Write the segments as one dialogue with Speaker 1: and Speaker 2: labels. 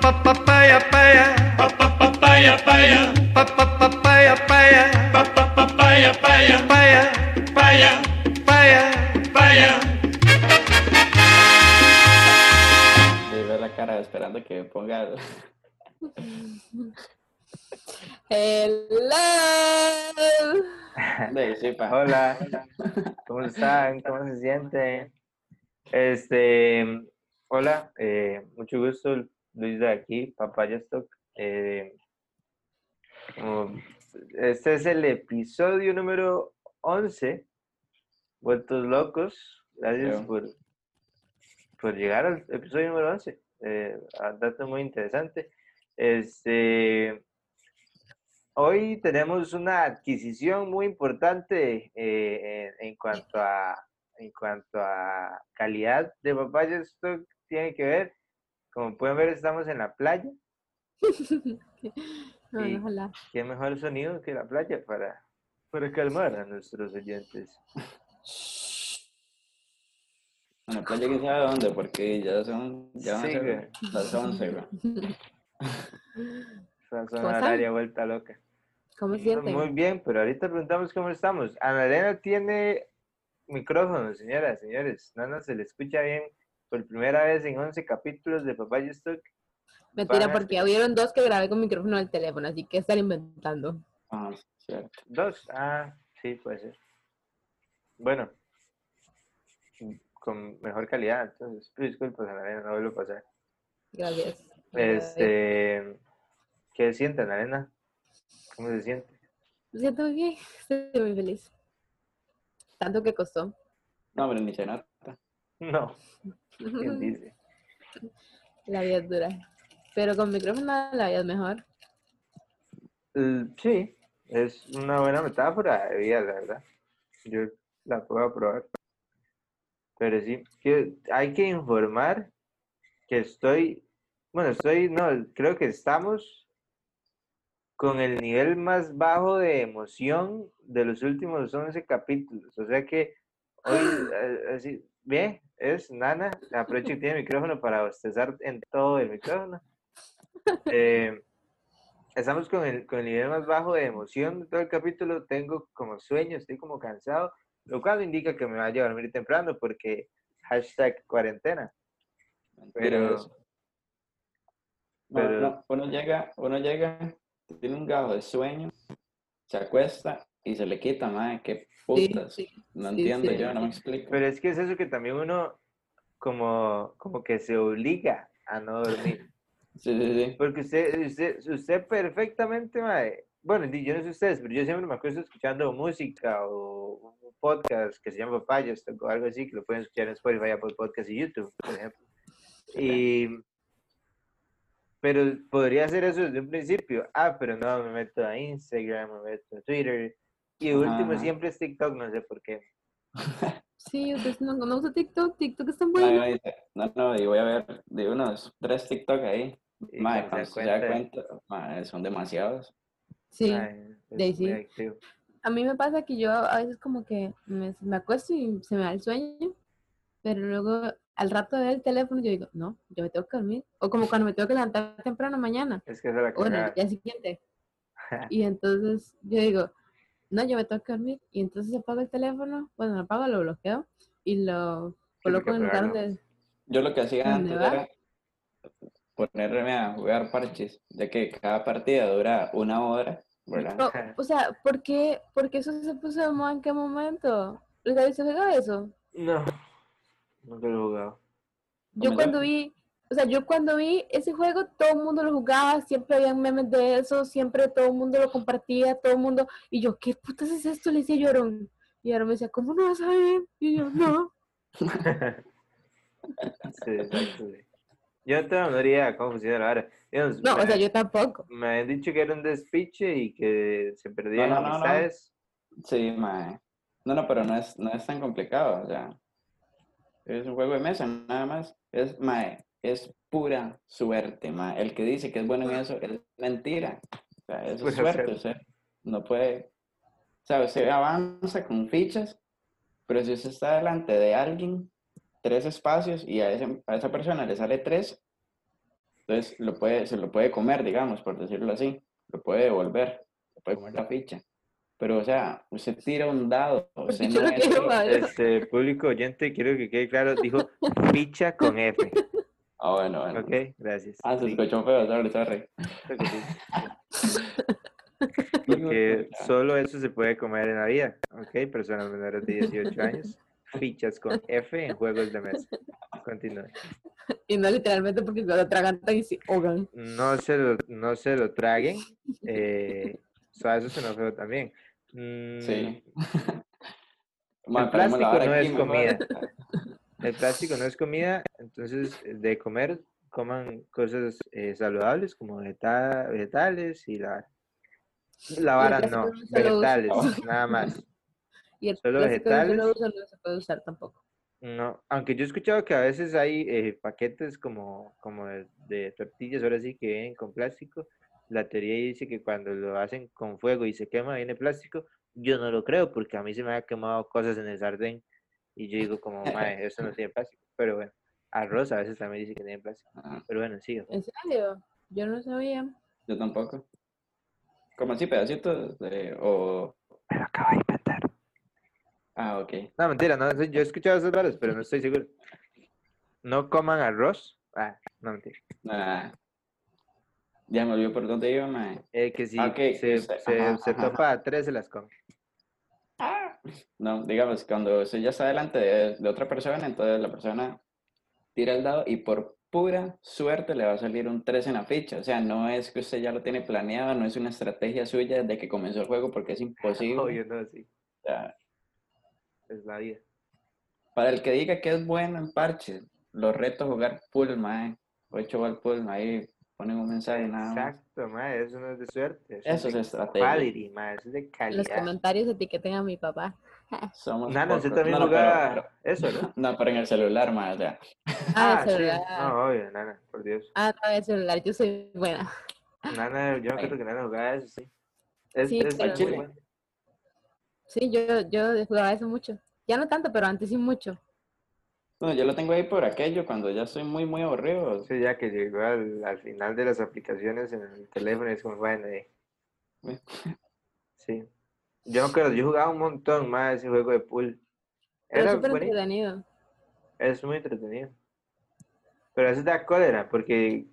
Speaker 1: papaya paya,
Speaker 2: papaya paya,
Speaker 1: papaya paya,
Speaker 2: papaya paya,
Speaker 1: paya,
Speaker 2: paya,
Speaker 1: paya.
Speaker 2: paya.
Speaker 3: De ver la cara esperando que ponga. el-
Speaker 4: Hello.
Speaker 3: De chipa.
Speaker 5: Hola, ¿cómo están? ¿Cómo se sienten? Este, hola, eh, mucho gusto, Luis de aquí, Papaya Stock. Eh, um, este es el episodio número 11, Vueltos Locos. Gracias
Speaker 3: Yo.
Speaker 5: por, por llegar al episodio número 11. Eh, a- dato muy interesante. Este, Hoy tenemos una adquisición muy importante eh, en, en cuanto a en cuanto a calidad de papaya. Esto tiene que ver, como pueden ver, estamos en la playa.
Speaker 4: No,
Speaker 5: Sí.
Speaker 4: no, ojalá.
Speaker 5: Qué mejor sonido que la playa para, para calmar a nuestros oyentes.
Speaker 3: En la playa que pues sabe dónde, porque ya son. Ya van a
Speaker 5: Sí,
Speaker 3: ser las 11, güey.
Speaker 5: Esa zona
Speaker 4: ¿Cómo están?
Speaker 5: horaria vuelta loca.
Speaker 4: ¿Cómo se
Speaker 5: No, Muy
Speaker 4: sienten?
Speaker 5: bien, pero ahorita preguntamos cómo estamos. Ana Elena tiene micrófono, señoras, señores. Nana se le escucha bien por primera vez en 11 capítulos de Papaya Stock.
Speaker 4: Mentira,
Speaker 5: Van a-
Speaker 4: porque hubieron dos que grabé con micrófono del teléfono, así que están inventando.
Speaker 3: Ah, cierto.
Speaker 5: Dos, ah, sí, puede ser. Bueno, con mejor calidad, entonces, pues, disculpa, Ana Elena, no vuelvo a pasar.
Speaker 4: Gracias.
Speaker 5: Este, ¿qué siente Ana Elena? ¿Cómo se siente?
Speaker 4: Me siento muy bien, estoy muy feliz. Tanto que costó.
Speaker 3: No, pero ni se nota.
Speaker 5: No, ¿quién dice?
Speaker 4: La vida es dura. Pero con micrófono la vida es mejor.
Speaker 5: Eh, Sí, es una buena metáfora de vida, la verdad. Yo la puedo aprobar. Pero sí, que hay que informar que estoy, bueno, estoy, no, creo que estamos con el nivel más bajo de emoción de los últimos 11 capítulos. O sea que hoy, eh, así, bien, es Nana, aprovecho que tiene micrófono para bostezar en todo el micrófono. Eh, Estamos con el, con el nivel más bajo de emoción de todo el capítulo. Tengo como sueño, estoy como cansado, lo cual indica que me vaya a dormir temprano porque hashtag cuarentena. Pero-
Speaker 3: Mentiras. No,
Speaker 5: pero-
Speaker 3: no, uno llega, uno llega, tiene un gajo de sueño, se acuesta y se le quita, madre, qué
Speaker 4: Sí,
Speaker 3: putas.
Speaker 4: sí.
Speaker 3: No
Speaker 4: sí,
Speaker 3: entiendo
Speaker 4: sí.
Speaker 3: yo, no me explico.
Speaker 5: Pero es que es eso que también uno como, como que se obliga a no dormir.
Speaker 3: Sí, sí, sí.
Speaker 5: Porque usted, usted, usted perfectamente, mae, bueno, di- yo no sé ustedes, pero yo siempre me acuerdo escuchando música o un podcast que se llama Papayas o algo así, que lo pueden escuchar en Spotify, Apple Podcast y YouTube, por ejemplo. Y, pero podría hacer eso desde un principio. Ah, pero no, me meto a Instagram, me meto a Twitter. Y de último
Speaker 3: Ajá.
Speaker 5: siempre es TikTok, no sé por qué.
Speaker 4: Sí, ustedes no, no usan TikTok. TikTok es tan
Speaker 3: No,
Speaker 4: bueno.
Speaker 3: no, dice, no, no, y voy a ver de unos tres TikTok ahí.
Speaker 5: Y
Speaker 3: Madre,
Speaker 5: cuando
Speaker 3: cuando
Speaker 5: se
Speaker 3: se da
Speaker 5: cuenta,
Speaker 3: cuenta, madre, son demasiados.
Speaker 4: Sí.
Speaker 5: mae, es
Speaker 4: de ahí
Speaker 5: muy
Speaker 4: sí.
Speaker 5: adictivo.
Speaker 4: A mí me pasa que yo a veces como que me, me acuesto y se me da el sueño, pero luego al rato de ver el teléfono yo digo, no, yo me tengo que dormir. O como cuando me tengo que levantar temprano mañana
Speaker 5: Es que esa es la
Speaker 4: o en el
Speaker 5: cagada.
Speaker 4: día siguiente. Y entonces yo digo, no, yo me tengo que dormir. Y entonces apago el teléfono, bueno, lo apago, lo bloqueo y lo coloco en el lugar
Speaker 5: pegarlo.
Speaker 4: donde...
Speaker 3: Yo lo que hacía
Speaker 4: ¿Dónde
Speaker 3: antes
Speaker 4: va?
Speaker 3: era ponerme a jugar parches, ya que cada partida dura una hora, ¿verdad?
Speaker 4: Pero, o sea, ¿por qué, por qué eso se puso de moda en qué momento? ¿Los David se juega eso?
Speaker 5: No, nunca lo he jugado.
Speaker 4: Yo
Speaker 3: Hombre,
Speaker 4: cuando vi, o sea, yo cuando vi ese juego, todo el mundo lo jugaba, siempre había memes de eso, siempre todo el mundo lo compartía, todo el mundo, y yo, ¿qué putas es esto? Le decía Llorón. Y ahora me decía, ¿cómo no vas a ver? Y yo, no.
Speaker 5: Sí, exacto, sí. Yo no tengo la menor idea de cómo funciona ahora. Digamos,
Speaker 4: No,
Speaker 5: me,
Speaker 4: o sea, yo tampoco.
Speaker 5: me habían dicho que era un despiche y que se perdían
Speaker 3: no, no, no.
Speaker 5: amistades.
Speaker 3: Sí, mae. No, no, pero no es, no es tan complicado, o sea, es un juego de mesa, nada más. Es, mae, es pura suerte, mae. El que dice que es bueno en eso es mentira. O sea, eso es
Speaker 5: Pura
Speaker 3: suerte, o sea, no puede. O sea, usted avanza con fichas, pero si usted está delante de alguien, tres espacios, y a, ese- a esa persona le sale tres, Entonces lo puede, se lo puede comer, digamos, por decirlo así. Lo puede devolver, se puede comer la ficha. Pero, o sea, usted tira un dado.
Speaker 5: Pues
Speaker 3: Usted
Speaker 4: Yo
Speaker 3: no
Speaker 4: lo
Speaker 3: es
Speaker 4: quiero
Speaker 3: que-
Speaker 4: madre.
Speaker 5: Este público oyente, quiero que quede claro, dijo ficha con F.
Speaker 3: Ah, bueno, bueno.
Speaker 5: Ok, gracias.
Speaker 3: Ah, se
Speaker 5: Sí,
Speaker 3: escuchó feo, sorry, sorry.
Speaker 5: creo que sí, Porque solo eso se puede comer en la vida. Ok, personas menores de 18 años, fichas con F en juegos de mesa. Continúe.
Speaker 4: Y no literalmente porque cuando tragan y se ahogan.
Speaker 5: no se lo, no se lo traguen. Eh, o sea, eso se nos feo también. Mm,
Speaker 3: Sí. Ma,
Speaker 5: El
Speaker 3: paremos la
Speaker 5: plástico
Speaker 3: vara
Speaker 5: no
Speaker 3: aquí,
Speaker 5: es
Speaker 3: mejor.
Speaker 5: comida. El plástico no es comida, entonces eh, de comer, coman cosas eh, saludables como vegeta- vegetales y la vara. La vara no,
Speaker 4: plástico no se lo usa.
Speaker 5: vegetales, nada más.
Speaker 4: Y el
Speaker 5: Solo
Speaker 4: plástico no se lo
Speaker 5: vegetales.
Speaker 4: usa, no se puede usar tampoco.
Speaker 5: No, aunque yo he escuchado que a veces hay eh, paquetes como, como de, de tortillas, ahora sí que vienen con plástico. La teoría dice que cuando lo hacen con fuego y se quema, viene plástico. Yo no lo creo porque a mí se me ha quemado cosas en el sartén y yo digo como, mae, eso no tiene plástico. Pero bueno, arroz a veces también dice que tiene plástico.
Speaker 3: Ajá,
Speaker 5: Pero bueno, sí.
Speaker 4: ¿En serio? Yo no sabía.
Speaker 3: Yo tampoco. Como así, pedacitos de- o...
Speaker 5: Me lo acabo de inventar.
Speaker 3: Ah, ok.
Speaker 5: No, mentira, no, sí, yo he escuchado esas varas, pero no estoy seguro. No coman arroz. Ah, no, mentira.
Speaker 3: Ah, ya me olvidé por dónde iba, mae.
Speaker 5: Eh, que si
Speaker 3: Ah, Ok,
Speaker 5: se,
Speaker 3: usted-
Speaker 5: se,
Speaker 3: ajá,
Speaker 5: se
Speaker 3: ajá,
Speaker 5: topa a tres, se las come.
Speaker 3: No, digamos, cuando usted ya está delante de, de otra persona, entonces la persona tira el dado y por pura suerte le va a salir un 3 en la ficha. O sea, no es que usted ya lo tiene planeado, no es una estrategia suya desde que comenzó el juego porque es imposible.
Speaker 5: Obvio, no, sí.
Speaker 3: O sea,
Speaker 5: Es la vida.
Speaker 3: para el que diga que es bueno en parches, los reto a jugar pool, mae. 8 ball pool, ahí ponen un mensaje nada más.
Speaker 5: Exacto, ma, eso no es de suerte.
Speaker 3: Eso es
Speaker 5: de
Speaker 3: estrategia.
Speaker 5: quality, ma, eso es de
Speaker 4: En los
Speaker 5: calidad.
Speaker 4: comentarios etiqueten a mi papá.
Speaker 3: Somos
Speaker 5: Nano, usted
Speaker 3: pocos.
Speaker 5: también
Speaker 3: No, no, pero-
Speaker 5: jugaba
Speaker 3: pero-
Speaker 5: eso, ¿no?
Speaker 3: no, pero en el celular, mae, o sea.
Speaker 4: Ah, el
Speaker 5: sí.
Speaker 4: celular.
Speaker 5: No, obvio, Nana, por Dios.
Speaker 4: Ah, no, el celular, yo soy buena.
Speaker 5: Nana, yo creo que Nana jugaba eso, sí. Es,
Speaker 4: Sí,
Speaker 5: es
Speaker 4: pero-
Speaker 5: muy
Speaker 3: Chile.
Speaker 5: bueno.
Speaker 4: Sí, yo, yo jugaba eso mucho. Ya no tanto, pero antes sí mucho.
Speaker 3: No, yo lo tengo ahí por aquello, cuando ya estoy muy, muy aburrido.
Speaker 5: Sí, ya que llegó al, al final de las aplicaciones en el teléfono, es como, bueno, eh.
Speaker 3: Bueno.
Speaker 5: Sí. Yo me acuerdo, yo jugaba un montón más ese juego de pool.
Speaker 4: Pero
Speaker 5: Era
Speaker 4: súper
Speaker 5: buenísimo.
Speaker 4: entretenido.
Speaker 5: Es muy entretenido. Pero eso da cólera, porque,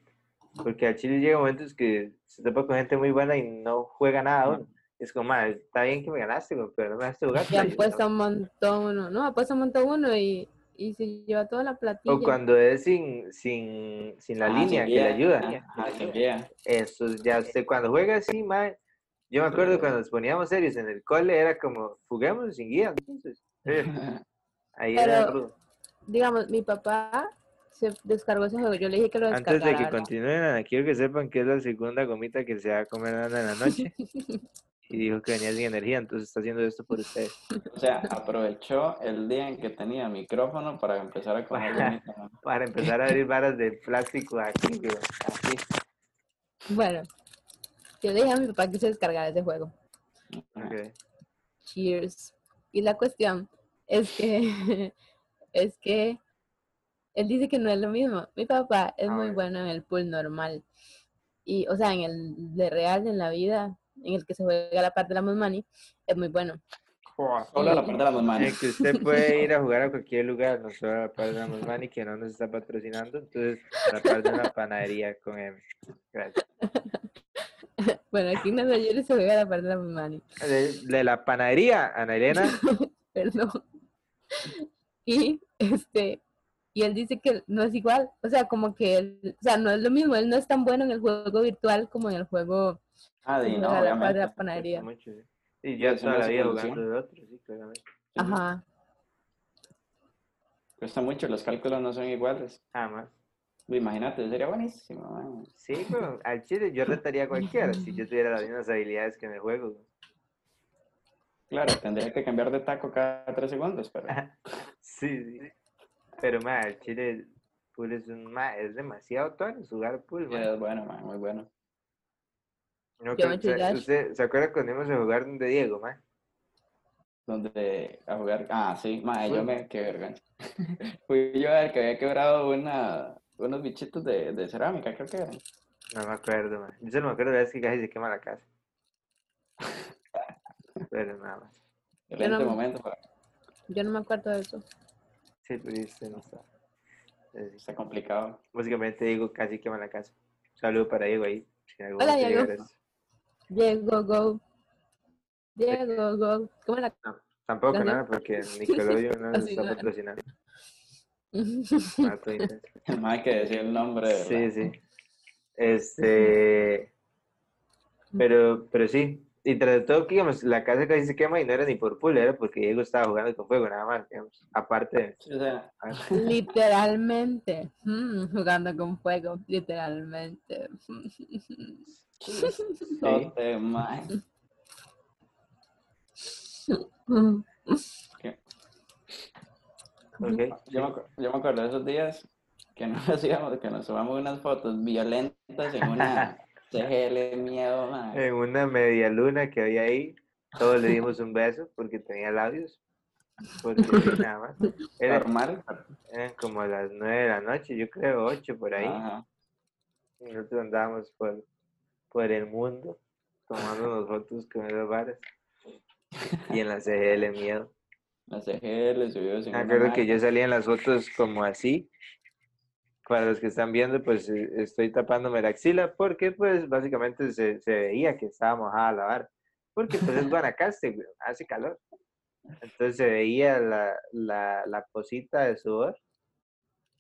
Speaker 5: porque al Chile llega momentos que se topa con gente muy buena y no juega nada.
Speaker 3: Ajá.
Speaker 5: uno. Es como, "Ma, está bien que me ganaste, güey, pero no me dejaste jugar.
Speaker 4: Y
Speaker 5: playa",
Speaker 4: han puesto un montón uno, ¿no? Han puesto un montón uno y, y se lleva toda la
Speaker 5: ¿no?
Speaker 4: platilla.
Speaker 5: O cuando es sin, sin, sin la
Speaker 3: Ah,
Speaker 5: línea
Speaker 3: sin
Speaker 5: que le
Speaker 3: guía,
Speaker 5: ayuda.
Speaker 3: ajá, sin guía.
Speaker 5: Eso es ya usted cuando juega así, ma, yo me acuerdo cuando nos poníamos serios en el cole, era como, juguemos sin guía. Entonces, eh, ahí era
Speaker 4: Pero-
Speaker 5: rudo.
Speaker 4: Digamos, mi papá se descargó ese juego. Yo le dije que lo
Speaker 5: Antes
Speaker 4: descargara.
Speaker 5: de que
Speaker 4: ¿verdad?
Speaker 5: continúen, Ana, quiero que sepan que es la segunda gomita que se va a comer Ana en la noche. y dijo que venía sin energía, entonces está haciendo esto por ustedes.
Speaker 3: O sea, aprovechó el día en que tenía micrófono para empezar a comer
Speaker 5: Ajá.
Speaker 3: gomita, ¿no?
Speaker 5: Para empezar a abrir varas de plástico aquí, güey, así.
Speaker 4: Bueno, yo le dije a mi papá que se descargara ese juego.
Speaker 5: ok.
Speaker 4: Cheers. Y la cuestión es que, es que él dice que no es lo mismo. Mi papá es
Speaker 5: Ah,
Speaker 4: muy
Speaker 5: bueno.
Speaker 4: bueno en el pool normal. Y, o sea, en el de real, en la vida, en el que se juega la parte de la money, es muy bueno.
Speaker 3: Solo la parte de la mamá.
Speaker 5: Eh, que usted puede ir a jugar a cualquier lugar, no solo a la par de la Musmani, que no nos está patrocinando, entonces a la par de una panadería con M. Gracias.
Speaker 4: Bueno, aquí en Nueva York se juega la parte de la money.
Speaker 5: De, de la panadería, Ana Elena,
Speaker 4: perdón. Y este, y él dice que no es igual, o sea, como que él, o sea, no es lo mismo, él no es tan bueno en el juego virtual como en el juego
Speaker 3: Ah,
Speaker 4: que
Speaker 3: di, no,
Speaker 4: juega la par de
Speaker 3: obviamente.
Speaker 4: la
Speaker 5: cuesta
Speaker 4: panadería.
Speaker 5: mucho, sí. Y yo
Speaker 3: Es una
Speaker 5: toda la vida jugando
Speaker 3: solución.
Speaker 5: de otro, sí, claramente.
Speaker 3: Sí, sí.
Speaker 4: Ajá.
Speaker 3: Cuesta mucho, los cálculos no son iguales.
Speaker 5: Jamás.
Speaker 3: Imagínate, sería buenísimo. man.
Speaker 5: Sí, pero al chile yo retaría a cualquiera si yo tuviera las mismas habilidades que en el juego. güey.
Speaker 3: Claro, tendría que cambiar de taco cada tres segundos, pero
Speaker 5: Sí, sí. Pero, ma, al chile, pool es un, ma, es demasiado tono jugar pool, ma.
Speaker 3: es bueno, man, muy bueno.
Speaker 5: No,
Speaker 4: Yo
Speaker 5: creo-
Speaker 4: me
Speaker 5: ¿se-
Speaker 4: chillas.
Speaker 5: usted- ¿Se acuerda cuando íbamos a jugar donde Diego, ma?
Speaker 3: Donde a jugar. Ah, sí, man, yo
Speaker 5: Bueno.
Speaker 3: me. Qué vergüenza. Fui yo el que había quebrado una. unos bichitos de, de cerámica, creo que eran.
Speaker 5: No me acuerdo, man. Yo solo me acuerdo de la vez que casi se quema la casa. Pero nada más.
Speaker 3: Excelente
Speaker 4: no-
Speaker 3: momento para
Speaker 4: Yo no me acuerdo de eso.
Speaker 5: Sí, pero este no está. Es-
Speaker 3: está complicado.
Speaker 5: básicamente digo casi quema la casa. Un saludo para Diego ahí. si en algún
Speaker 4: Hola,
Speaker 5: momento llega
Speaker 4: Diego.
Speaker 5: eso.
Speaker 4: Diego, go. Diego, go. ¿Cómo la.?
Speaker 5: Tampoco,
Speaker 4: Gracias.
Speaker 5: nada, porque Nickelodeon no nos
Speaker 4: Así
Speaker 5: está
Speaker 4: no.
Speaker 5: patrocinando.
Speaker 4: Yo
Speaker 5: Ah, todo intenso.
Speaker 3: Más hay que decir el nombre. de
Speaker 5: Sí,
Speaker 3: verdad.
Speaker 5: sí. Este. Pero, pero sí. Y tras de todo, que, digamos, la casa casi se quema y no era ni por pool, era porque Diego estaba jugando con fuego, nada más, digamos. Aparte de.
Speaker 3: Sí, o sea,
Speaker 4: Literalmente. Mm, jugando con fuego. Literalmente.
Speaker 5: Sí.
Speaker 3: tote, mae.
Speaker 4: Mm.
Speaker 5: Ok.
Speaker 3: Yo me, acu- yo me acuerdo de esos días que nos hacíamos, que nos tomamos unas fotos violentas en una CGL miedo, mae.
Speaker 5: En una media luna que había ahí, todos le dimos un beso porque tenía labios. Porque nada más. Era-
Speaker 3: Normal.
Speaker 5: eran como las nueve de la noche, yo creo, ocho por ahí.
Speaker 3: Ajá.
Speaker 5: Y Nosotros andábamos por, por el mundo tomándonos fotos con esas varas. Y en la CGL, miedo.
Speaker 3: La CGL subió sin una
Speaker 5: Me acuerdo que
Speaker 3: marca.
Speaker 5: yo salía en las fotos como así. Para los que están viendo, pues eh, estoy tapándome la axila porque pues básicamente se, se veía que estaba mojada la vara. Porque pues es Guanacaste, güey, hace calor. Entonces se veía la, la, la posita de sudor.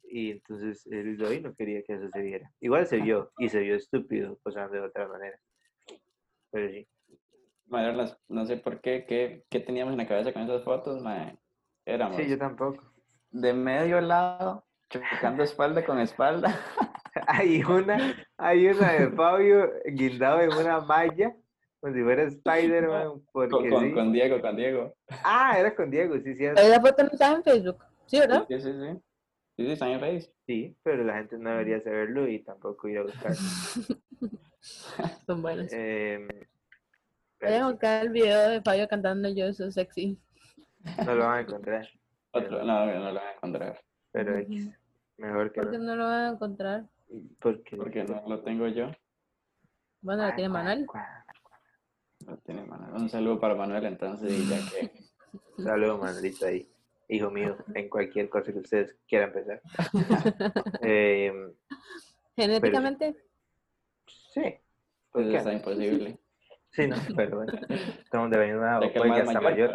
Speaker 5: Y entonces el hoy no quería que eso se viera. Igual se vio, y se vio estúpido, posando de otra manera. Pero sí.
Speaker 3: Madre, las- no sé por qué, qué, qué teníamos en la cabeza con esas fotos, mae. Éramos
Speaker 5: Sí, yo tampoco.
Speaker 3: de medio lado, chocando espalda con espalda.
Speaker 5: Hay una, hay una de Fabio guindado en una malla, como si fuera Spider-Man, porque
Speaker 3: Con, con-
Speaker 5: sí.
Speaker 3: con Diego, con Diego.
Speaker 5: Ah, era con Diego, sí, sí,
Speaker 4: Pero la foto no estaba en Facebook. ¿Sí, verdad?
Speaker 3: Sí, sí, sí. Sí, sí, está en Face.
Speaker 5: sí, pero la gente no debería saberlo y tampoco ir a buscar.
Speaker 4: Son buenas.
Speaker 5: Em, pero
Speaker 4: Vayan a buscar el video de Fabio cantando Yo soy sexy.
Speaker 5: sí, no lo van a encontrar,
Speaker 3: Otro, no, no lo van a encontrar.
Speaker 5: pero X, mejor que
Speaker 4: Porque
Speaker 5: no.
Speaker 4: no lo van a encontrar.
Speaker 5: Porque,
Speaker 3: Porque no lo tengo yo.
Speaker 4: Bueno, la
Speaker 5: Ay,
Speaker 4: Ah, tiene
Speaker 5: cua,
Speaker 4: Manuel.
Speaker 5: cua.
Speaker 3: Lo tiene Manuel. Un saludo para Manuel, entonces, y ya que.
Speaker 5: Saludos, Manuelito ahí. Hijo mío, en cualquier cosa que ustedes quieran pensar. Em,
Speaker 4: Genéticamente.
Speaker 5: sí, ¿por
Speaker 3: Pues
Speaker 5: qué
Speaker 3: está
Speaker 5: no?
Speaker 3: imposible.
Speaker 5: Sí, no, pero bueno. Estamos de venir una
Speaker 3: Ya que el
Speaker 5: puede que
Speaker 3: más
Speaker 5: hasta
Speaker 3: mayor,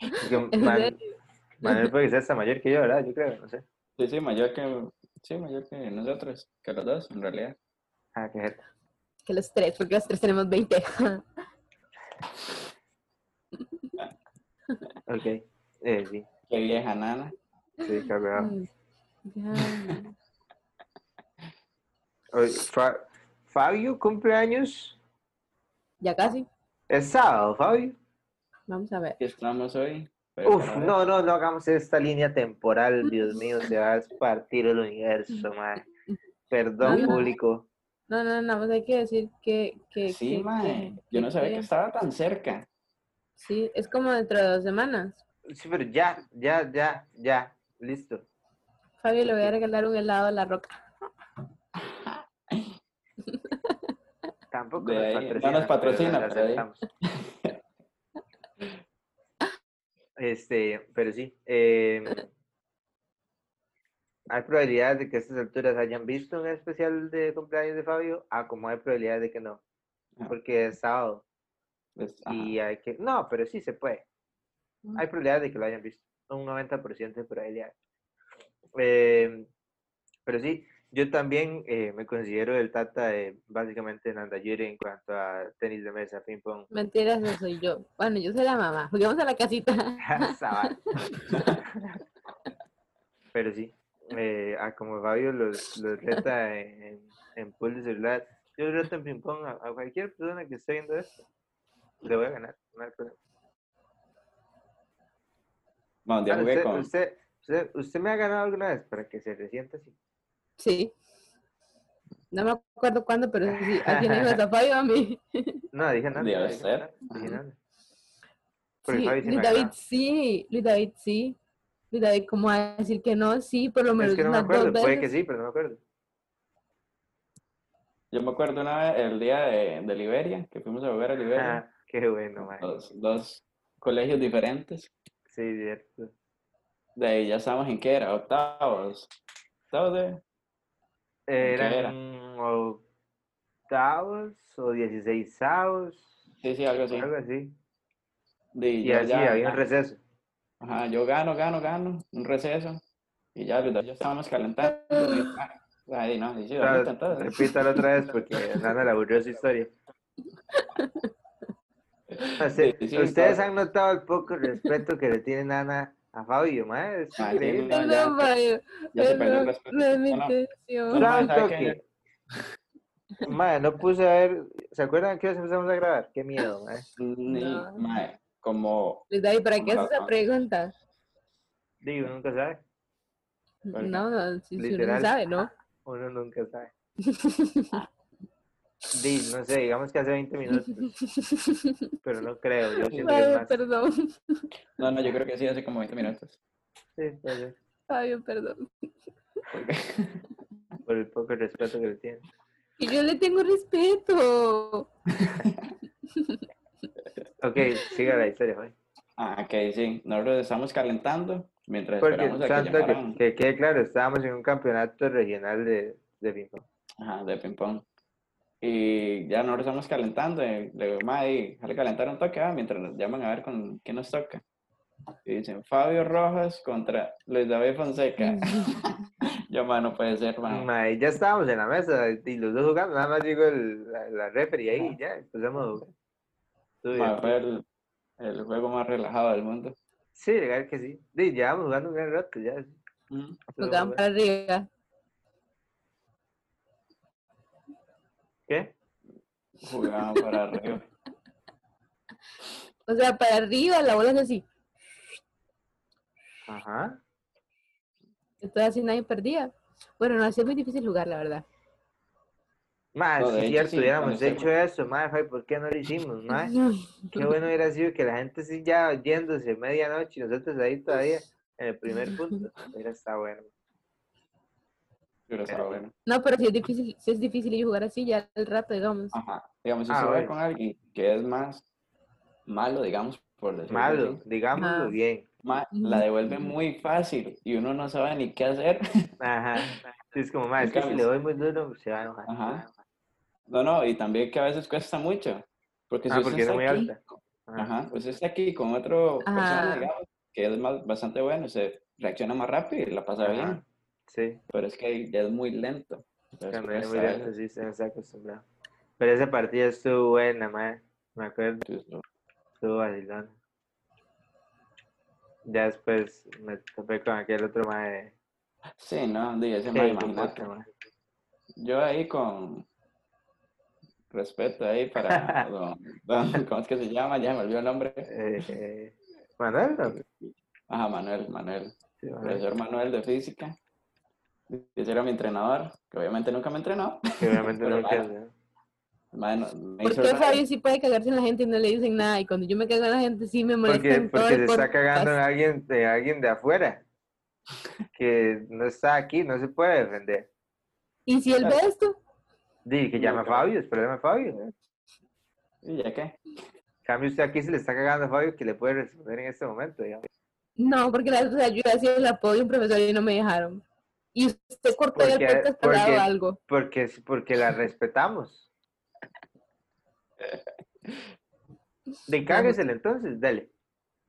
Speaker 5: mayor. Yo- Man,
Speaker 4: serio?
Speaker 5: Manuel puede que sea hasta mayor que yo, ¿verdad? Yo creo, no sé.
Speaker 3: Sí, sí, mayor que. Sí, mayor que nosotros, que los dos, en realidad.
Speaker 5: Ah, qué jeta.
Speaker 4: Que los tres, porque los tres tenemos 20.
Speaker 5: Ok. Eh, sí,
Speaker 3: Qué vieja nana.
Speaker 5: sí, cabrón.
Speaker 4: Mm. Ya.
Speaker 5: Oye, Fa- Fabio, cumpleaños.
Speaker 4: Ya casi.
Speaker 5: Es sábado, Fabio.
Speaker 4: Vamos a ver.
Speaker 3: Aquí estamos hoy. pero
Speaker 5: Uf,
Speaker 3: para ver.
Speaker 5: no, no, no hagamos esta línea temporal, Dios mío, se va a partir el universo, man. Perdón,
Speaker 4: Anda.
Speaker 5: público.
Speaker 4: No, no, nada más hay que decir que. que
Speaker 3: Sí,
Speaker 4: que-
Speaker 3: mae.
Speaker 4: que-
Speaker 3: Yo no sabía que
Speaker 4: que-
Speaker 3: estaba tan cerca.
Speaker 4: Sí, es como dentro de dos semanas.
Speaker 5: Sí, pero ya, ya, ya, ya. Listo.
Speaker 4: Fabio le voy a regalar un helado a la roca.
Speaker 5: Tampoco
Speaker 3: De ahí,
Speaker 5: nos
Speaker 3: no nos
Speaker 5: patrocina.
Speaker 3: patrocina, pero ahí.
Speaker 5: Este, pero sí. em, hay probabilidades de que a estas alturas hayan visto un especial de cumpleaños de Fabio. Ah, como hay probabilidades de que no.
Speaker 3: Ah.
Speaker 5: Porque es sábado.
Speaker 3: Pues, ajá.
Speaker 5: Y hay que. No, pero sí se puede. Hay probabilidades de que lo hayan visto. Un 90% de probabilidades. Em, pero sí, yo también eh, me considero el tata de básicamente Nandayuri en cuanto a tenis de mesa, ping-pong.
Speaker 4: Mentiras, no soy yo. Bueno, yo soy la mamá. Juguemos a la casita.
Speaker 5: Sabal. Pero sí, eh, ah, como Fabio los, los reta en, en- en pool de celular, yo reto en ping-pong a, a cualquier persona que esté viendo esto, le voy a ganar. no hay problema.
Speaker 3: Bueno, un día
Speaker 5: Ah,
Speaker 3: jugué
Speaker 5: usted,
Speaker 3: con.
Speaker 5: usted, usted, usted me ha ganado alguna vez para que se resienta así.
Speaker 4: Sí. No me acuerdo cuándo, pero sí. ¿A quién le dijo eso? ¿A Fabio o a mí?
Speaker 5: No, dije nada.
Speaker 3: Debe
Speaker 5: no, dije
Speaker 3: ser.
Speaker 5: nada, dije
Speaker 3: Ajá.
Speaker 5: nada. Porque
Speaker 4: Sí,
Speaker 5: Fabio sí me
Speaker 4: Luis
Speaker 5: ha ganado.
Speaker 4: David sí. Luis David sí. Y David, ¿cómo va a decir que no? Sí, por lo menos
Speaker 5: Es que no me
Speaker 4: unas dos
Speaker 5: acuerdo, puede que
Speaker 4: veces.
Speaker 5: sí, pero no me acuerdo.
Speaker 3: Yo me acuerdo una vez, el día de, de Liberia, que fuimos a jugar a Liberia,
Speaker 5: Ah, qué bueno, man.
Speaker 3: dos, dos colegios diferentes.
Speaker 5: Sí, cierto.
Speaker 3: De ahí ya estábamos en qué era, octavos. Octavos de.
Speaker 5: Eran
Speaker 3: era?
Speaker 5: octavos o dieciséisavos,
Speaker 3: Sí, sí, algo así.
Speaker 5: algo así.
Speaker 3: De-
Speaker 5: Y
Speaker 3: ya-
Speaker 5: así,
Speaker 3: ya-
Speaker 5: había un
Speaker 3: ah,
Speaker 5: receso.
Speaker 3: Ajá, yo gano, gano, gano, un receso. Y ya, los dos ya estábamos calentando. y, ah, Ahí no, sí, sí,
Speaker 5: Claro,
Speaker 3: ahorita entonces.
Speaker 5: repítalo otra vez porque Nana le aburrió su historia. O sea,
Speaker 3: Sí, sí,
Speaker 5: Ustedes
Speaker 3: Pablo.
Speaker 5: han notado el poco respeto que le tiene Nana a Fabio, ma, es
Speaker 3: Ma,
Speaker 5: increíble.
Speaker 3: tiene-
Speaker 4: Perdón,
Speaker 3: ya-
Speaker 4: Fabio,
Speaker 3: Ya se perdió el
Speaker 4: perdón,
Speaker 3: respeto.
Speaker 4: no es mi
Speaker 3: No, no,
Speaker 4: intención.
Speaker 3: no,
Speaker 5: Sabe un
Speaker 3: ¿sabe qué?
Speaker 5: toque. Ma, no puse a ver, ¿se acuerdan que empezamos a grabar? Qué miedo, ma.
Speaker 3: Ni,
Speaker 4: No.
Speaker 3: mae, como
Speaker 4: Pues, David, ¿para qué
Speaker 3: No,
Speaker 4: haces esa
Speaker 3: no.
Speaker 4: pregunta?
Speaker 5: Digo, nunca sabe.
Speaker 3: Porque-
Speaker 4: No, no, si, si uno no
Speaker 5: Literal.
Speaker 4: sabe, ¿no?
Speaker 5: Uno nunca sabe. Di, no sé, digamos que hace 20 minutos, pero no creo, yo siento que es
Speaker 4: Fabio,
Speaker 5: más.
Speaker 4: perdón,
Speaker 3: No, no, yo creo que sí, hace como 20 minutos.
Speaker 5: Sí, puede ser,
Speaker 4: Fabio, perdón.
Speaker 5: por el poco respeto que le tiene.
Speaker 4: Y yo le tengo respeto.
Speaker 5: Ok, siga la historia, güey.
Speaker 3: Ah, ok, sí. Nosotros estamos calentando mientras
Speaker 5: Porque,
Speaker 3: esperamos a que
Speaker 5: tanto
Speaker 3: llamaran.
Speaker 5: que, que quede claro, estábamos en un campeonato regional de, de ping-pong.
Speaker 3: Ajá, de ping-pong. Y ya nosotros estamos calentando. y le digo, Mae, déjale calentar un toque, ah, mientras nos llaman a ver con quién nos toca. Y dicen, Fabio Rojas contra Luis David
Speaker 4: Mm.
Speaker 3: Fonseca. Yo, mae, no puede ser, mae.
Speaker 5: Ma, y ya estábamos en la mesa y los dos jugando, nada más llegó el, la, la referee ahí y ya empezamos a jugar. Estuvo
Speaker 3: Ah. Mae,
Speaker 5: bien.
Speaker 3: fue el, el juego más relajado del mundo.
Speaker 5: Sí, legal que sí. Di, llevamos jugando un gran rato ya. sí,
Speaker 3: Mm.
Speaker 5: estuvo
Speaker 4: Tocaban
Speaker 5: bueno.
Speaker 4: para arriba.
Speaker 5: ¿Qué?
Speaker 3: Jugaban para arriba.
Speaker 4: O sea, para arriba la bola es así.
Speaker 5: Ajá.
Speaker 4: Entonces así nadie perdía. Bueno, no, así es muy difícil jugar, la verdad.
Speaker 5: Más,
Speaker 3: No, de
Speaker 5: si
Speaker 3: hecho,
Speaker 5: cierto,
Speaker 3: sí,
Speaker 5: hubiéramos
Speaker 3: cuando
Speaker 5: hecho eso, ma, fai, ¿por qué no lo hicimos, ma?
Speaker 4: Ay,
Speaker 5: Qué bueno hubiera sido que la gente sí ya yéndose medianoche y nosotros ahí todavía en el primer punto. Hubiera estado bueno.
Speaker 3: Pero estaba
Speaker 5: Pero-
Speaker 3: bueno.
Speaker 4: No, pero si es difícil, si es difícil y jugar así ya el rato, digamos.
Speaker 3: Ajá. Digamos, si
Speaker 5: Ah,
Speaker 3: se va
Speaker 5: bueno.
Speaker 3: con alguien que es más malo, digamos, por decirlo
Speaker 5: Malo,
Speaker 3: así,
Speaker 5: digámoslo
Speaker 4: Ah.
Speaker 5: bien.
Speaker 3: ma-
Speaker 4: Ujú.
Speaker 3: la devuelve muy fácil y uno no sabe ni qué hacer.
Speaker 5: Ajá. Sí, Es como, ma,
Speaker 3: En
Speaker 5: es que si
Speaker 3: cambio,
Speaker 5: le doy muy duro, se va a enojar. Ah,
Speaker 3: Ajá. No, no, y también que a veces cuesta mucho. Porque si
Speaker 5: Ah,
Speaker 3: usted
Speaker 5: porque es
Speaker 3: está
Speaker 5: muy
Speaker 3: aquí,
Speaker 5: alta. Ah. Ajá.
Speaker 3: ajá, pues, usted está aquí con otro persona,
Speaker 4: Ajá.
Speaker 3: digamos, que es más- bastante bueno, se reacciona más rápido y la pasa
Speaker 5: Ajá.
Speaker 3: bien.
Speaker 5: Sí,
Speaker 3: Pero es que ya es muy lento. Entonces,
Speaker 5: cuando es muy
Speaker 3: cuesta a
Speaker 5: alta, sí, se nos ha acostumbrado. Pero esa partida estuvo buena, ma. Me acuerdo,
Speaker 3: veces.
Speaker 5: estuvo vacilona. Ya después me topé con aquel otro, ma, de...
Speaker 3: Sí, no, dije, ese
Speaker 5: Qué
Speaker 3: mae,
Speaker 5: hijo de
Speaker 3: imagínate.
Speaker 5: puta, ma.
Speaker 3: Yo ahí con respeto ahí para don, don- ¿cómo es que se llama? Ya me olvidó el nombre.
Speaker 5: Eh, eh, Manuel, ¿no?
Speaker 3: Ajá, Manuel, Manuel,
Speaker 5: Sí, Manuel,
Speaker 3: profesor Manuel de física. Ese era mi entrenador, que obviamente nunca me entrenó.
Speaker 5: que obviamente
Speaker 3: Pero
Speaker 5: no
Speaker 3: vale.
Speaker 5: alcanza.
Speaker 3: Bueno, me
Speaker 4: ¿Por
Speaker 3: hizo
Speaker 4: qué
Speaker 3: ra-
Speaker 4: Fabio sí puede cagarse en la gente y no le dicen nada? Y cuando yo me cago en la gente sí me molesta.
Speaker 5: Porque,
Speaker 4: en todo
Speaker 5: porque
Speaker 4: el
Speaker 5: se está
Speaker 4: podcast.
Speaker 5: cagando en alguien de, alguien de afuera. Que no está aquí, no se puede defender.
Speaker 4: Y si él ve esto,
Speaker 5: Dije que
Speaker 3: No,
Speaker 5: llama a
Speaker 3: claro.
Speaker 5: Fabio, es problema de Fabio. En
Speaker 3: ¿Y ya qué?
Speaker 5: cambio, usted aquí se le está cagando a Fabio que le puede responder en este momento. digamos.
Speaker 4: no, porque la, o sea, yo hacía el apoyo de un profesor y no me dejaron. Y usted cortó ahí el
Speaker 5: Porque-
Speaker 4: podcast para
Speaker 5: porque-
Speaker 4: algo.
Speaker 5: Porque, es- porque la respetamos. De cáguesela entonces, dale.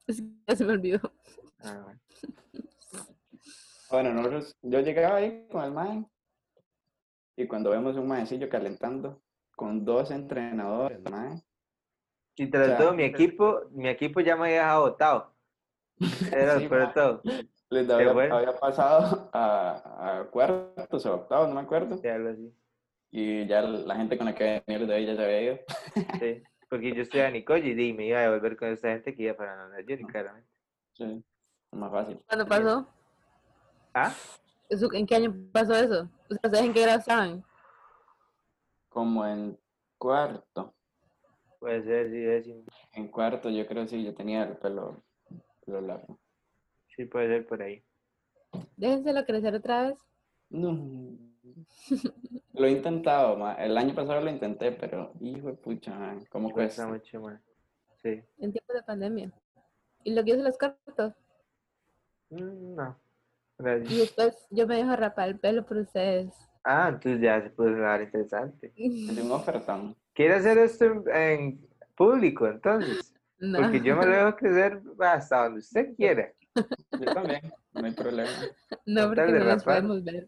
Speaker 4: Es que ya se me olvidó.
Speaker 5: Ah, bueno.
Speaker 3: Bueno, nosotros, yo llegaba ahí con el mae y cuando vemos un maecillo calentando con dos entrenadores, mae,
Speaker 5: Y tras
Speaker 3: Ya.
Speaker 5: todo, mi equipo, mi equipo ya me había dejado votado. Era
Speaker 3: Sí,
Speaker 5: después de
Speaker 3: ma.
Speaker 5: todo.
Speaker 3: les había,
Speaker 5: bueno.
Speaker 3: había pasado a, a cuartos o octavos, no me acuerdo,
Speaker 5: Sí, algo así.
Speaker 3: y ya la gente con la que venía de ahí ya se había ido.
Speaker 5: Sí, Porque yo estoy a Nicoya y di, me iba a devolver con esta gente que iba para Nueva York, claramente.
Speaker 3: Sí, es más fácil.
Speaker 4: ¿Cuándo pasó?
Speaker 5: Ah,
Speaker 4: ¿Eso- ¿En qué año pasó eso? O sea, ¿Ustedes en qué grado estaban?
Speaker 3: Como en cuarto.
Speaker 5: puede ser, sí, décimo.
Speaker 3: En cuarto, yo creo sí, yo tenía el pelo, pelo largo.
Speaker 5: Sí, puede ser por ahí.
Speaker 4: Déjenselo crecer otra vez.
Speaker 3: No. Lo he intentado, ma. el año pasado lo intenté, pero hijo de pucha, ma, ¿cómo
Speaker 5: Cuesta
Speaker 3: cuesta?
Speaker 5: mucho más. Sí.
Speaker 4: En tiempos de pandemia. Y lo que yo se los corto.
Speaker 5: Mm, No.
Speaker 4: Y
Speaker 5: Gracias.
Speaker 4: después yo me dejo rapar el pelo por ustedes.
Speaker 5: Ah, entonces ya se puede sonar interesante.
Speaker 3: Es un ofertón.
Speaker 5: ¿Quiere hacer esto en, en público entonces?
Speaker 4: No.
Speaker 5: Porque yo me lo dejo crecer hasta donde usted quiera.
Speaker 3: Yo también, no hay problema.
Speaker 4: No, porque
Speaker 5: de
Speaker 4: no nos
Speaker 5: rapar.
Speaker 4: podemos ver.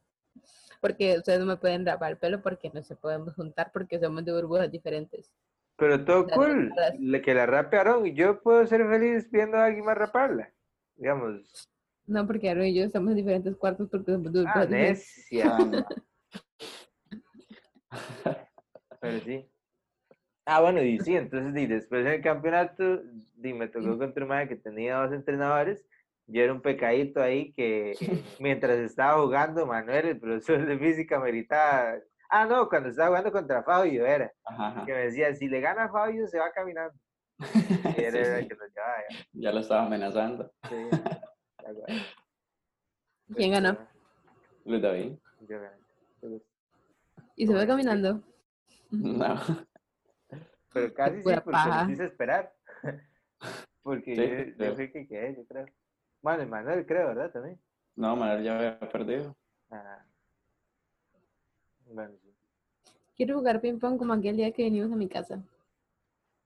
Speaker 4: Porque ustedes no me pueden rapar el pelo porque no se podemos juntar porque somos de burbujas diferentes.
Speaker 5: Pero todo
Speaker 4: Dale,
Speaker 5: cool,
Speaker 4: dale.
Speaker 5: le- que la rapearon y yo puedo ser feliz viendo a alguien más raparla. Digamos,
Speaker 4: No, porque Aaron y yo estamos en diferentes cuartos porque somos de
Speaker 5: ah,
Speaker 4: burbujas diferentes.
Speaker 5: necia.
Speaker 3: Ah, no.
Speaker 5: Pero sí. Ah, bueno, y sí, entonces y después en el campeonato di, me tocó contra un madre que tenía dos entrenadores. Yo era un pecadito ahí que eh, mientras estaba jugando, Manuel, el profesor de física, meritaba. Ah, no, cuando estaba jugando contra Fabio era,
Speaker 3: Ajá, ajá.
Speaker 5: que me decía, si le gana a Fabio, se va caminando. Y él
Speaker 3: Sí,
Speaker 5: era el
Speaker 3: sí,
Speaker 5: que lo llevaba. ya,
Speaker 3: ya lo estaba amenazando.
Speaker 5: sí, ya, ya, ya.
Speaker 4: ¿Quién ganó?
Speaker 3: Luis David.
Speaker 5: Yo gané. Pero-
Speaker 4: Y se fue
Speaker 5: Bueno, sí.
Speaker 4: caminando.
Speaker 3: No.
Speaker 5: Pero casi sí,
Speaker 4: pura
Speaker 5: porque
Speaker 4: paja.
Speaker 5: los hice esperar. Porque
Speaker 3: Sí, pues,
Speaker 5: yo- yo,
Speaker 3: creo.
Speaker 5: fui que quedé, yo creo. Bueno, Manuel creo, ¿verdad? También.
Speaker 3: No, Manuel ya había perdido.
Speaker 5: Ah. Bueno, sí.
Speaker 4: Quiero jugar ping pong como aquel día que venimos a mi casa.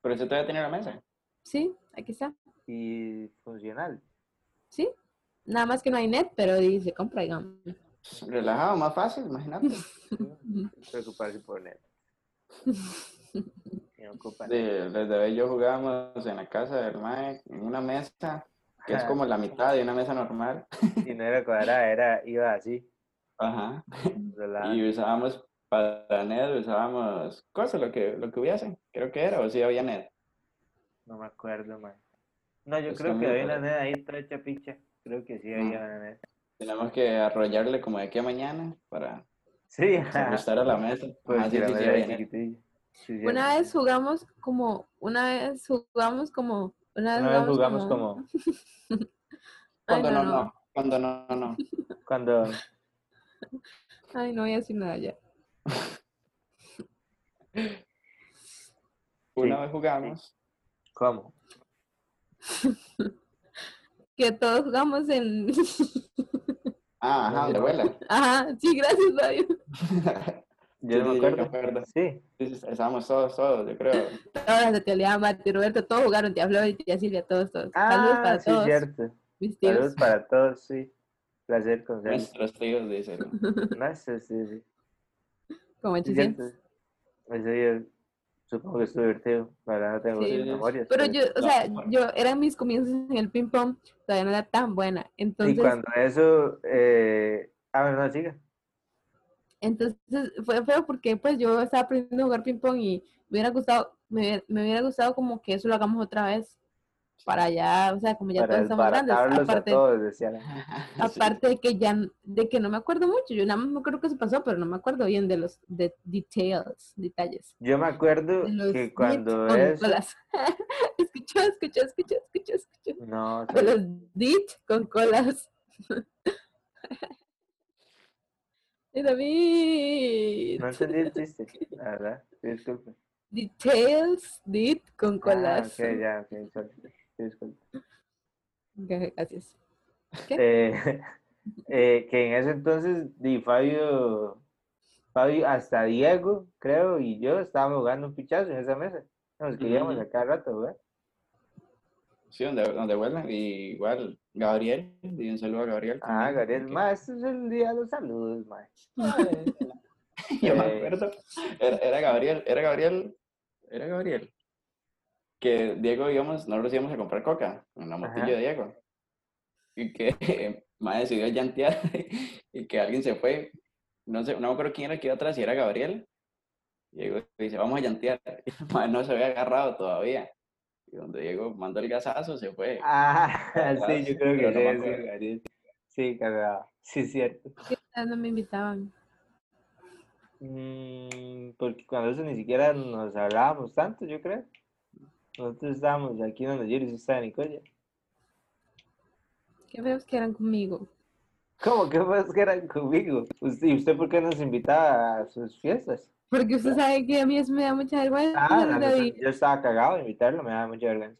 Speaker 3: Pero usted todavía tiene la mesa.
Speaker 4: Sí, aquí está.
Speaker 5: Y funcional.
Speaker 4: Sí. Nada más que no hay net, pero dice, compra, digamos.
Speaker 3: Relajado, más fácil, imagínate.
Speaker 5: ¿sí? Preocuparse por net. Me ocupa
Speaker 3: Sí, Luis David y yo jugábamos en la casa del Mae, en una mesa que es
Speaker 5: Ajá.
Speaker 3: como la mitad de una mesa normal.
Speaker 5: Y no era cuadrada, era, iba así.
Speaker 3: Ajá.
Speaker 5: doblada.
Speaker 3: Y usábamos para net, usábamos cosas, lo que, lo que hubiese, creo que era, o si había net.
Speaker 5: No me acuerdo, man. No, yo
Speaker 3: Pues
Speaker 5: creo que
Speaker 3: también Ah.
Speaker 5: había una
Speaker 3: para-
Speaker 5: net ahí toda hecha picha. Creo que sí había una net.
Speaker 3: Tenemos que arrollarle como de aquí a mañana para
Speaker 5: Sí,
Speaker 3: ajustar a la mesa. Ajá,
Speaker 5: porque
Speaker 3: sí,
Speaker 5: la
Speaker 3: sí, sí,
Speaker 5: net era
Speaker 3: Pues había net.
Speaker 5: chiquitilla. Sí, sí, había
Speaker 4: Una
Speaker 5: net.
Speaker 4: vez jugamos como, una vez jugamos como, una vez
Speaker 5: Una vez jugamos como...
Speaker 4: Ay,
Speaker 3: Cuando no,
Speaker 4: no,
Speaker 3: no. Cuando no, no, no.
Speaker 5: Cuando.
Speaker 4: Ay, no voy a decir nada ya.
Speaker 3: Una
Speaker 5: Sí,
Speaker 3: vez jugamos,
Speaker 5: ¿Cómo?
Speaker 4: Que todos jugamos en...
Speaker 3: ah, ajá, de
Speaker 5: No,
Speaker 3: abuela.
Speaker 4: Ajá, sí, gracias, Fabio.
Speaker 3: Sí, sí,
Speaker 5: Yo no me
Speaker 3: yo me
Speaker 5: acuerdo.
Speaker 3: acuerdo.
Speaker 5: Sí.
Speaker 3: Sí, sí, Estábamos todos, todos, yo creo.
Speaker 4: Todas las de Teolea, Mati, Roberto, todos jugaron, tía Flor y tía Silvia, todos, todos. Saludos para
Speaker 5: Ah, sí,
Speaker 4: todos
Speaker 5: cierto.
Speaker 4: mis tíos.
Speaker 5: Saludos para todos, sí. Placer conocerlos.
Speaker 3: Nuestros tíos, dice. ¿no?
Speaker 4: Pues,
Speaker 5: No sé, sí, sí.
Speaker 4: Como
Speaker 5: Sí,
Speaker 4: 800.
Speaker 5: cierto. Ese día supongo que estuvo divertido. Para no tengo
Speaker 4: Sí.
Speaker 5: esas memorias.
Speaker 4: Pero yo, o
Speaker 3: No,
Speaker 4: sea,
Speaker 3: bueno.
Speaker 4: yo eran mis comienzos en el ping pong, todavía no era tan buena.
Speaker 5: Y
Speaker 4: Entonces,
Speaker 5: cuando eso. Eh... Ah, bueno, no, siga.
Speaker 4: entonces fue feo porque pues yo estaba aprendiendo a jugar ping pong y me hubiera gustado, me hubiera, me hubiera gustado como que eso lo hagamos otra vez. Para allá, o sea, como ya
Speaker 5: Para
Speaker 4: todos estamos grandes.
Speaker 5: desbaratarlos a
Speaker 4: Aparte,
Speaker 5: todos, decían.
Speaker 3: Sí.
Speaker 4: aparte de que ya, n- de que no me acuerdo mucho, yo nada más me acuerdo que se pasó, pero no me acuerdo bien de los de details, detalles.
Speaker 5: Yo me acuerdo
Speaker 4: Los
Speaker 5: que
Speaker 4: diez
Speaker 5: cuando
Speaker 4: con
Speaker 5: es.
Speaker 4: colas. escuchó, escuchó, escuchó, escuchó, escuchó.
Speaker 5: No,
Speaker 4: De los dit con colas. Y David.
Speaker 5: no entendí el chiste, la verdad. Disculpe.
Speaker 4: Details, dit con
Speaker 5: Ah,
Speaker 4: colas.
Speaker 5: ok, ya, ok, sorry. Disculpe.
Speaker 4: Ga- Gracias.
Speaker 5: eh, eh, que en ese entonces di Fabio, Fabio, hasta Diego, creo, y yo estábamos jugando un pichazo en esa mesa. Nos queríamos a
Speaker 3: Ujú.
Speaker 5: cada rato, ¿verdad?
Speaker 3: Sí, donde, donde vuelan. Y igual, Gabriel, y un saludo a Gabriel.
Speaker 5: Ah,
Speaker 3: también,
Speaker 5: Gabriel,
Speaker 3: porque-
Speaker 5: ma, este es el día de los saludos, ma.
Speaker 3: Yo me
Speaker 5: Eh.
Speaker 3: acuerdo. Era, era Gabriel, era Gabriel, era Gabriel. Que Diego íbamos, nosotros íbamos a comprar coca en la motillo
Speaker 5: Ajá.
Speaker 3: de Diego. Y que más decidió llantear y que alguien se fue. No sé, no me acuerdo quién era que iba atrás, si era Gabriel. Y Diego dice, vamos a llantear. Mae no se había agarrado todavía. Y donde Diego mandó el gasazo, se fue.
Speaker 5: Ah,
Speaker 3: Ah,
Speaker 5: sí, yo
Speaker 3: sí,
Speaker 5: creo
Speaker 3: pero no me
Speaker 5: que sí, sí,
Speaker 3: acuerdo.
Speaker 5: Gabriel. Sí, cagaba. Sí, es cierto.
Speaker 4: Ah, No me invitaban.
Speaker 5: Mm, porque cuando eso ni siquiera nos hablábamos tanto, yo creo. Nosotros estábamos aquí donde Jerry estaba en Nicoya.
Speaker 4: Qué feos que eran conmigo.
Speaker 5: ¿Cómo que más que eran conmigo? Usted- ¿Y usted por qué nos invitaba a sus fiestas?
Speaker 4: Porque usted sabe que a mí eso me da mucha vergüenza,
Speaker 5: Ah, no, no, no,
Speaker 4: David.
Speaker 5: yo estaba cagado de invitarlo, me daba mucha vergüenza.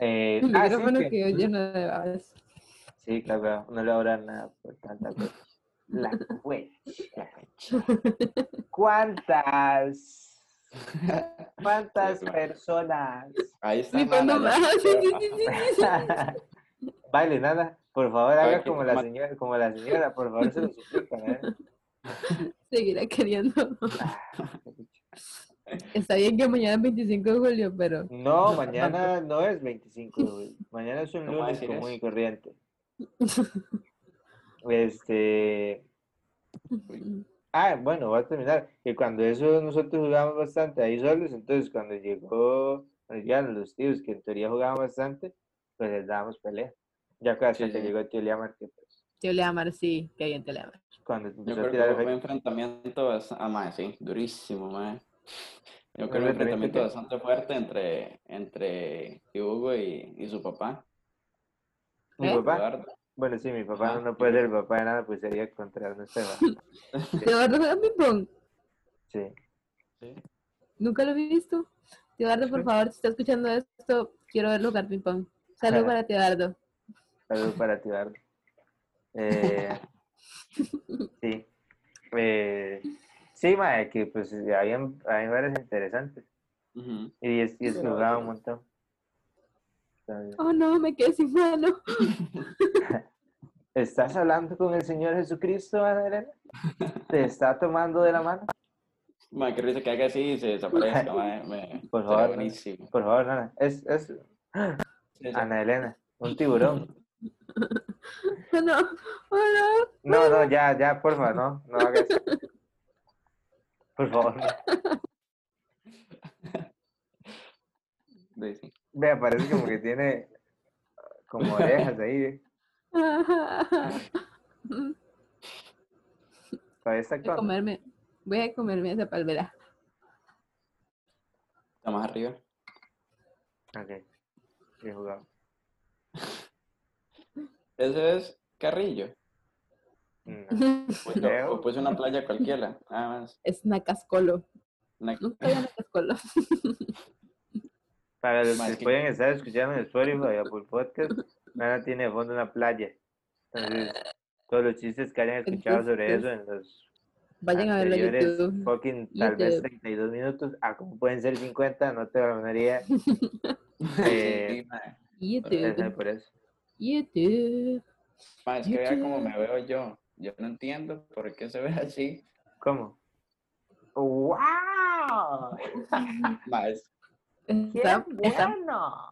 Speaker 5: Eh,
Speaker 4: El
Speaker 5: ah, sí,
Speaker 4: micrófono
Speaker 5: que-
Speaker 4: quedó lleno de babas.
Speaker 5: sí, claro, no le habrá nada por tanta cosa. La cuecha, la cuecha. ¿Cuántas? ¿Cuántas personas?
Speaker 3: Ahí está.
Speaker 4: Mi
Speaker 3: Nana,
Speaker 4: cuando
Speaker 3: ya.
Speaker 4: pues, más. Sí, sí, sí, sí, sí.
Speaker 5: Baile, nada. Por favor, haga
Speaker 3: Ok,
Speaker 5: como la
Speaker 3: ma-
Speaker 5: señora, como la señora, por favor, se lo suplican, ¿eh?
Speaker 4: Seguirá queriendo.
Speaker 5: Ah,
Speaker 4: Está bien que mañana es 25 de julio, pero
Speaker 5: No, mañana no es 25 de julio. Mañana es un
Speaker 3: ¿Cómo va a
Speaker 5: lunes
Speaker 3: decir
Speaker 5: común
Speaker 3: eso?
Speaker 5: y corriente. Este. Ah, bueno, voy a terminar. Que cuando eso nosotros jugábamos bastante ahí solos, entonces cuando llegó, cuando llegaron los tíos que en teoría jugaban bastante, pues les dábamos pelea. Ya que hasta
Speaker 3: Sí,
Speaker 5: que
Speaker 3: sí.
Speaker 5: llegó el tío Liamar, que pues,
Speaker 4: yo le amar, sí, que bien te le amar.
Speaker 5: cuando
Speaker 3: Yo
Speaker 5: empezó a
Speaker 3: creo
Speaker 5: tirar
Speaker 3: que fue un
Speaker 5: efecto.
Speaker 3: enfrentamiento bastante. Ah, mae, sí, durísimo, mae. Yo creo que un enfrentamiento
Speaker 5: enfrentamiento que-
Speaker 3: bastante fuerte entre, entre Hugo y, y su papá.
Speaker 5: Mi
Speaker 4: ¿Eh?
Speaker 5: papá,
Speaker 3: Eduardo.
Speaker 5: bueno, sí, mi papá
Speaker 3: Ajá,
Speaker 5: no
Speaker 3: sí.
Speaker 5: puede ser el papá de nada, pues sería contra nuestra
Speaker 4: Eduardo juega ping-pong.
Speaker 5: Sí.
Speaker 4: Nunca lo he visto. Teodardo, por favor, si está escuchando esto, quiero verlo jugar ping-pong. Salud para Teodardo.
Speaker 5: Saludos para ti, Dardo. Eh, sí. Eh, sí, mae, que pues habían, habían varias interesantes.
Speaker 3: Ujú.
Speaker 5: Y es, y es que
Speaker 3: Pero
Speaker 5: jugaba un
Speaker 3: otras.
Speaker 5: montón. Entonces,
Speaker 4: Oh no, me quedé sin mano.
Speaker 5: ¿Estás hablando con el Señor Jesucristo, Ana Elena? ¿Te está tomando de la mano?
Speaker 3: Mae, qué risa que haga así y se desaparezca, mae. Me...
Speaker 5: Por
Speaker 3: sería
Speaker 5: favor, no.
Speaker 3: buenísimo.
Speaker 5: Por favor, Ana. Es, es
Speaker 3: Sí, sí.
Speaker 5: Ana Elena, un tiburón.
Speaker 4: Oh no, oh
Speaker 5: No, no, ya, ya, por favor, no, no hagas. Por favor. no.
Speaker 3: Sí, sí.
Speaker 5: Vea, parece como que tiene como orejas ahí, ¿eh?
Speaker 4: no.
Speaker 5: Todavía está
Speaker 4: Voy a
Speaker 5: actuando.
Speaker 4: comerme, voy a comerme esa palmera.
Speaker 3: Está más arriba.
Speaker 5: Ok. Bien jugado.
Speaker 3: Ese es Carrillo.
Speaker 5: No.
Speaker 3: Pues,
Speaker 5: Creo.
Speaker 3: o, o puse una playa cualquiera. Nada más.
Speaker 4: Es Nacascolo.
Speaker 3: Una-
Speaker 4: Nunca había Nacascolo.
Speaker 5: Para los
Speaker 3: Más
Speaker 5: que
Speaker 3: que-
Speaker 5: pueden estar escuchando en Spotify o Apple Podcast, Nana tiene de fondo una playa. Entonces, todos los chistes que hayan escuchado sobre eso en los
Speaker 4: Vayan a
Speaker 5: Ah,
Speaker 4: verlo en
Speaker 5: anteriores
Speaker 4: YouTube.
Speaker 5: fucking tal vez
Speaker 4: YouTube.
Speaker 5: 32 minutos, a como pueden ser 50, no te ganaría
Speaker 3: Sí,
Speaker 5: Eh,
Speaker 3: mae.
Speaker 5: pensar
Speaker 4: YouTube.
Speaker 5: por eso.
Speaker 4: YouTube.
Speaker 3: Mae, es que
Speaker 4: Yo
Speaker 3: vea cómo me
Speaker 4: quiero-
Speaker 3: veo yo. Yo no entiendo por qué se ve así.
Speaker 5: ¿Cómo? ¡Wow!
Speaker 3: Mae, es-
Speaker 5: ¡Qué
Speaker 4: Está, está,
Speaker 5: bueno!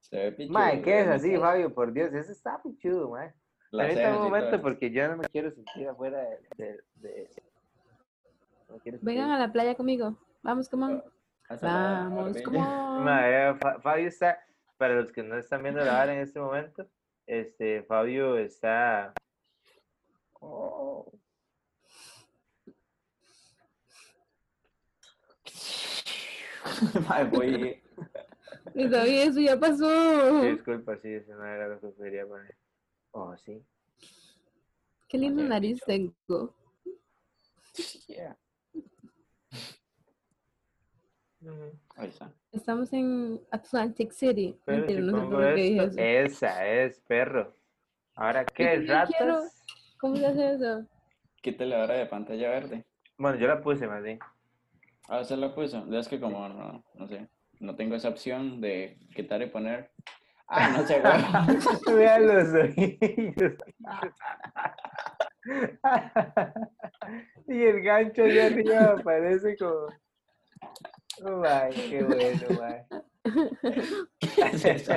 Speaker 3: se ve pichudo.
Speaker 5: Mae, ¿qué es
Speaker 3: ¿no?
Speaker 5: así, Fabio? Por Dios, eso está muy chido, mae.
Speaker 3: La
Speaker 5: Ahorita
Speaker 3: ceja
Speaker 5: un
Speaker 3: así
Speaker 5: momento
Speaker 3: toda-
Speaker 5: porque yo no me quiero sentir afuera de... de, de- no quiero
Speaker 4: vengan
Speaker 5: sentir-
Speaker 4: a la playa conmigo. Vamos, como.
Speaker 3: hasta la
Speaker 4: Vamos,
Speaker 3: barbilla.
Speaker 4: como.
Speaker 5: Mae, Fa- Fabio está, para los que no están viendo la vara en este momento, este, Fabio está...
Speaker 4: Oh.
Speaker 3: Mae, voy-
Speaker 4: David, eso ya pasó.
Speaker 5: Sí, eh, disculpa, sí, eso no era lo que quería poner. Oh, sí.
Speaker 4: Qué linda
Speaker 3: Vale,
Speaker 4: nariz tengo.
Speaker 3: Yeah. Ahí está.
Speaker 4: Estamos en Atlantic City.
Speaker 5: Pero
Speaker 4: Mentira,
Speaker 5: si
Speaker 4: no sé
Speaker 5: pongo
Speaker 4: por qué dije
Speaker 5: esto, Eh.
Speaker 4: eso.
Speaker 5: esa es, perro. Ahora, ¿qué
Speaker 4: yo quiero-
Speaker 5: ratas?
Speaker 4: ¿Cómo se hace eso?
Speaker 3: Quítale ahora de pantalla verde.
Speaker 5: Bueno, yo la puse más bien.
Speaker 3: Ah, se la puso. Es que como no, no sé, no tengo esa opción de quitar y poner. Ah, no sé, güey.
Speaker 5: Vean los ojitos. y el gancho allá arriba parece como. Oh, ay, qué bueno, mae.
Speaker 3: ¿Qué es eso?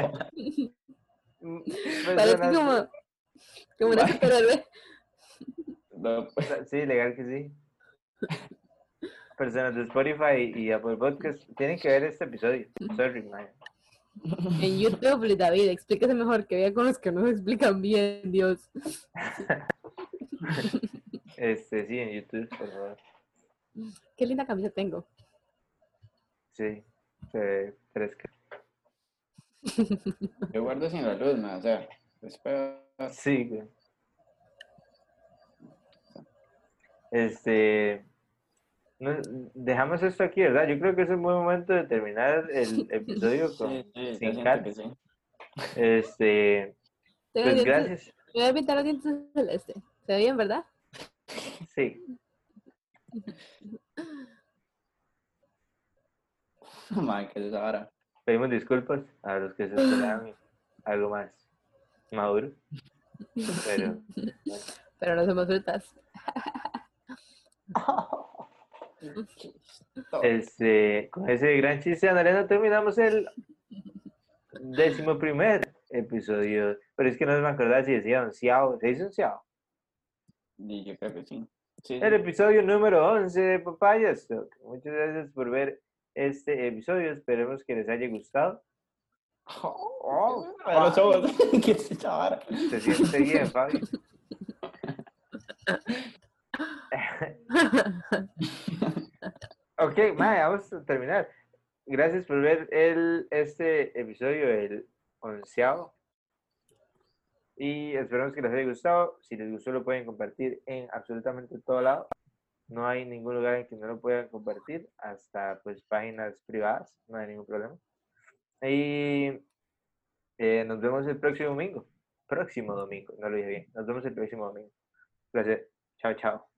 Speaker 5: Mm,
Speaker 4: Parece
Speaker 5: personas-
Speaker 4: como, como una superhéroe.
Speaker 3: No, pues,
Speaker 5: Sí, legal que sí. Personas de Spotify y Apple Podcast tienen que ver este episodio. Sorry, mae.
Speaker 4: En YouTube, David, explíquese mejor que vea con los que no se explican bien, Dios.
Speaker 5: Este, sí, en YouTube, por favor.
Speaker 4: Qué linda camisa tengo.
Speaker 5: Sí, se ve fresca.
Speaker 3: Yo guardo sin la luz, ma, o sea, es peor.
Speaker 5: Sí, güey. Este. no- dejamos esto aquí, ¿verdad? Yo creo que es un buen momento de terminar el episodio con.
Speaker 3: Sí, sí, yo
Speaker 5: sin
Speaker 3: siento
Speaker 5: cat.
Speaker 3: que sí.
Speaker 5: Este.
Speaker 4: Tengo
Speaker 5: Pues
Speaker 4: dientes-
Speaker 5: gracias.
Speaker 4: Me voy a pintar los dientes celeste. Se ve bien, ¿verdad?
Speaker 5: Sí.
Speaker 3: Ma, ¿qué es esa vara?
Speaker 5: Pedimos disculpas a los que se esperaban algo más maduro. Pero.
Speaker 4: Pero no somos frutas.
Speaker 5: Este, con ese gran chiste, Ana Elena, terminamos el décimo primer episodio. Pero es que no me acordaba si decía un ciao. ¿Se dice un ciao?
Speaker 3: Y yo creo que sí. Sí,
Speaker 5: El
Speaker 3: sí.
Speaker 5: episodio número 11 de Papayas Talk. Muchas gracias por ver este episodio. Esperemos que les haya gustado.
Speaker 3: Oh, me da los ojos. ¿Qué es esa vara?
Speaker 5: Se siente bien, Fabio. ok, mae, vamos a terminar. Gracias por ver el, este episodio, el onceavo. Y esperamos que les haya gustado. Si les gustó, lo pueden compartir en absolutamente todo lado. No hay ningún lugar en que no lo puedan compartir, hasta pues páginas privadas, no hay ningún problema. Y eh, nos vemos el próximo domingo próximo domingo. No lo dije bien. Nos vemos el próximo domingo. Placer. Chao, chao.